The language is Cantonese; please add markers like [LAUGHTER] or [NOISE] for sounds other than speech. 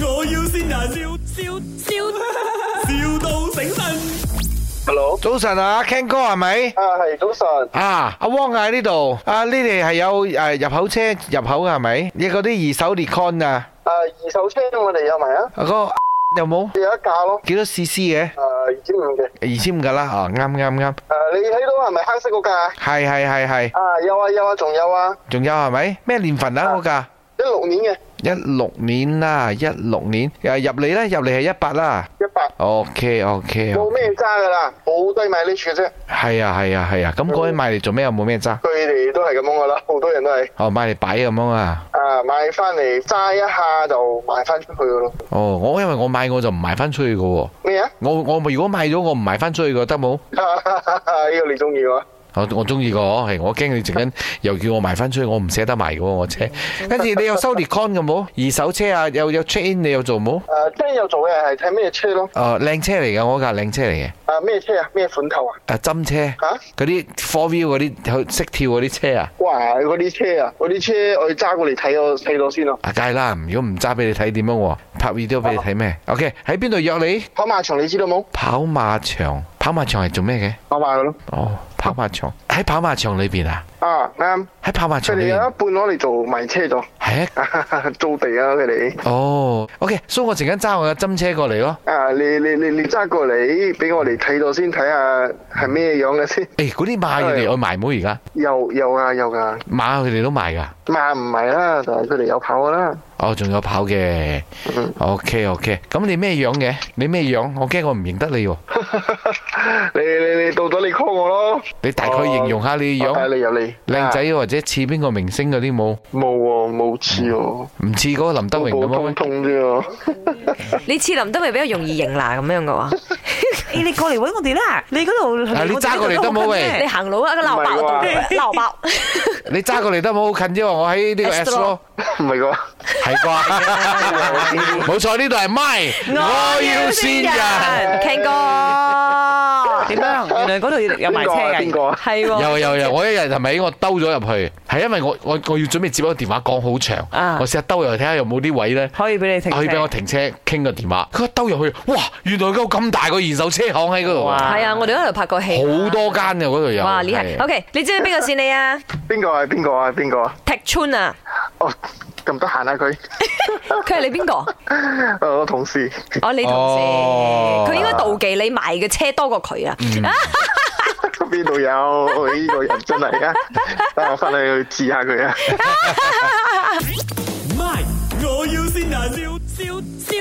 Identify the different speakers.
Speaker 1: 要先人，笑笑笑，,笑到醒神。
Speaker 2: Hello，
Speaker 3: 早晨啊，Ken 哥係咪？
Speaker 2: 啊係早晨，
Speaker 3: 啊，阿汪嗌呢度，啊呢哋係有誒入口車入口嘅係咪？你嗰啲二手 Nikon 啊，
Speaker 2: 啊二手車我哋有埋啊，
Speaker 3: 嗰個 [LAUGHS] 有冇
Speaker 2: 有一架咯，
Speaker 3: 幾多 CC 嘅？
Speaker 2: 啊二千五嘅，
Speaker 3: 二千五㗎啦，啊啱啱啱，
Speaker 2: 啊你睇到係咪黑色嗰架啊？
Speaker 3: 係係係係，
Speaker 2: 啊有啊有啊，仲有啊，
Speaker 3: 仲有係咪？咩年份啊
Speaker 2: 啊
Speaker 3: 嗰架？
Speaker 2: 一六年嘅
Speaker 3: 一六年啦，一六年，誒入嚟咧，入嚟係一百啦。
Speaker 2: 一百，
Speaker 3: OK OK，
Speaker 2: 冇咩揸噶啦，好低買呢處啫，
Speaker 3: 係啊係啊係啊，咁嗰啲買嚟做咩？有冇咩揸？
Speaker 2: 佢哋都係咁樣噶啦，好多人都係
Speaker 3: 哦，買嚟擺咁樣啊。
Speaker 2: 啊買翻嚟揸一下就賣翻出去噶咯，
Speaker 3: 哦，我因為我買我就唔賣翻出去嘅喎。
Speaker 2: 咩啊？ [LAUGHS]
Speaker 3: 我我如果買咗我唔賣翻出去嘅得冇？
Speaker 2: 呢個你中意喎，
Speaker 3: 我我中意個，係我驚你陣間又叫我賣翻出去，我唔捨得賣嘅喎我車。跟住你有收 Nikon 嘅冇？二手車啊，有有 check in 你有做冇？
Speaker 2: 啊真係有做嘅係睇咩車咯，
Speaker 3: 誒、靚車嚟嘅，我架靚車嚟嘅，誒、
Speaker 2: 啊咩車啊咩款頭啊？
Speaker 3: 針車
Speaker 2: 嚇、
Speaker 3: 嗰啲 four wheel 嗰啲識跳嗰啲車啊，
Speaker 2: 哇！嗰啲車啊，嗰啲車我要揸過嚟睇我睇咗先啊！
Speaker 3: 啊梗係啦，如果唔揸俾你睇點樣喎？拍 video 俾你睇咩？OK 喺邊度約你？
Speaker 2: 跑馬場你知道冇？
Speaker 3: 跑馬場，跑馬場係做咩嘅？
Speaker 2: 跑馬嘅咯。
Speaker 3: 哦，跑馬場喺跑馬場裏邊啊，
Speaker 2: 啊啱，
Speaker 3: 喺跑馬
Speaker 2: 佢
Speaker 3: 場
Speaker 2: 哋
Speaker 3: 裏
Speaker 2: 有一
Speaker 3: 邊
Speaker 2: 半攞嚟做賣車咗，
Speaker 3: 係啊。
Speaker 2: [LAUGHS] 租地啊佢哋。
Speaker 3: 哦，OK，所以我陣間揸我嘅針車過嚟咯。
Speaker 2: 啊，你你你你揸過嚟俾我哋睇咗先，睇下係咩樣嘅先。 [LAUGHS]
Speaker 3: 誒，嗰啲馬佢哋愛賣冇而家，
Speaker 2: 有有啊有噶，
Speaker 3: 馬佢哋都賣㗎。
Speaker 2: 嘛唔係啦，但係佢哋有跑㗎啦。 [LAUGHS]
Speaker 3: 哦，仲有跑嘅。
Speaker 2: 嗯
Speaker 3: OK OK，咁你咩樣嘅？你咩樣？我驚我唔認得你喎。
Speaker 2: 你你你到咗你 call 我咯，
Speaker 3: 你大概形容下你
Speaker 2: 哦我帶
Speaker 3: 樣，
Speaker 2: 你入嚟。
Speaker 3: 靚仔
Speaker 2: 啊
Speaker 3: 或者似邊個明星嗰啲冇？
Speaker 2: 冇喎，冇似喎，
Speaker 3: 唔似嗰個林嗯德榮
Speaker 2: 普
Speaker 3: 咁啊
Speaker 2: 普通
Speaker 3: 樣
Speaker 2: 通啫喎。 [LAUGHS]
Speaker 4: 你似林德榮比較容易型啦咁樣嘅話，
Speaker 5: 你你過嚟揾我哋啦，你嗰度
Speaker 3: 啊你揸過嚟得冇喂
Speaker 4: 你行路啊個鬧爆度
Speaker 2: 唔係，
Speaker 4: [LAUGHS] 鬧爆，
Speaker 3: 咩？你揸過嚟得冇好近啫喎，我喺呢個 S
Speaker 4: S
Speaker 3: 咯
Speaker 4: 咯，
Speaker 2: 唔係啩？
Speaker 3: 係 [LAUGHS] 啩？冇錯，呢度係咪？我要先人。
Speaker 4: ，Ken 哥，
Speaker 5: 點樣？原來嗰度有埋車
Speaker 2: 邊
Speaker 5: 嘅，
Speaker 2: 個啊邊個啊
Speaker 5: 係喎，
Speaker 3: 有有有，我一日係咪我兜咗入去？係因為我我我要準備接一個電話講好長，
Speaker 5: 啊
Speaker 3: 我試下兜入去睇下有冇啲位咧，
Speaker 5: 可以俾你停
Speaker 3: 可以俾我
Speaker 5: 車。
Speaker 3: 停車傾個電話。佢一兜入去，哇！原來有咁大個二手車行喺嗰度啊，
Speaker 5: 哇
Speaker 4: 係啊，我哋喺度拍過戲，
Speaker 3: 好多間嘅嗰度有。
Speaker 4: 哇，你係
Speaker 3: 係
Speaker 4: ，OK，你知唔知邊個線你啊？
Speaker 2: 邊個啊？邊個啊？邊個啊？
Speaker 4: 踢川啊，
Speaker 2: 哦，咁得閒啊佢， [LAUGHS]
Speaker 4: 佢係你邊個？
Speaker 2: 我同事。
Speaker 4: 哦，你同
Speaker 3: 哦
Speaker 4: 事，佢應該妒忌你賣嘅車多過佢啊，
Speaker 2: [LAUGHS] 邊度有呢個人真係啊！等我翻去去治下佢啊！
Speaker 1: 啊 My，我要先人，笑笑笑，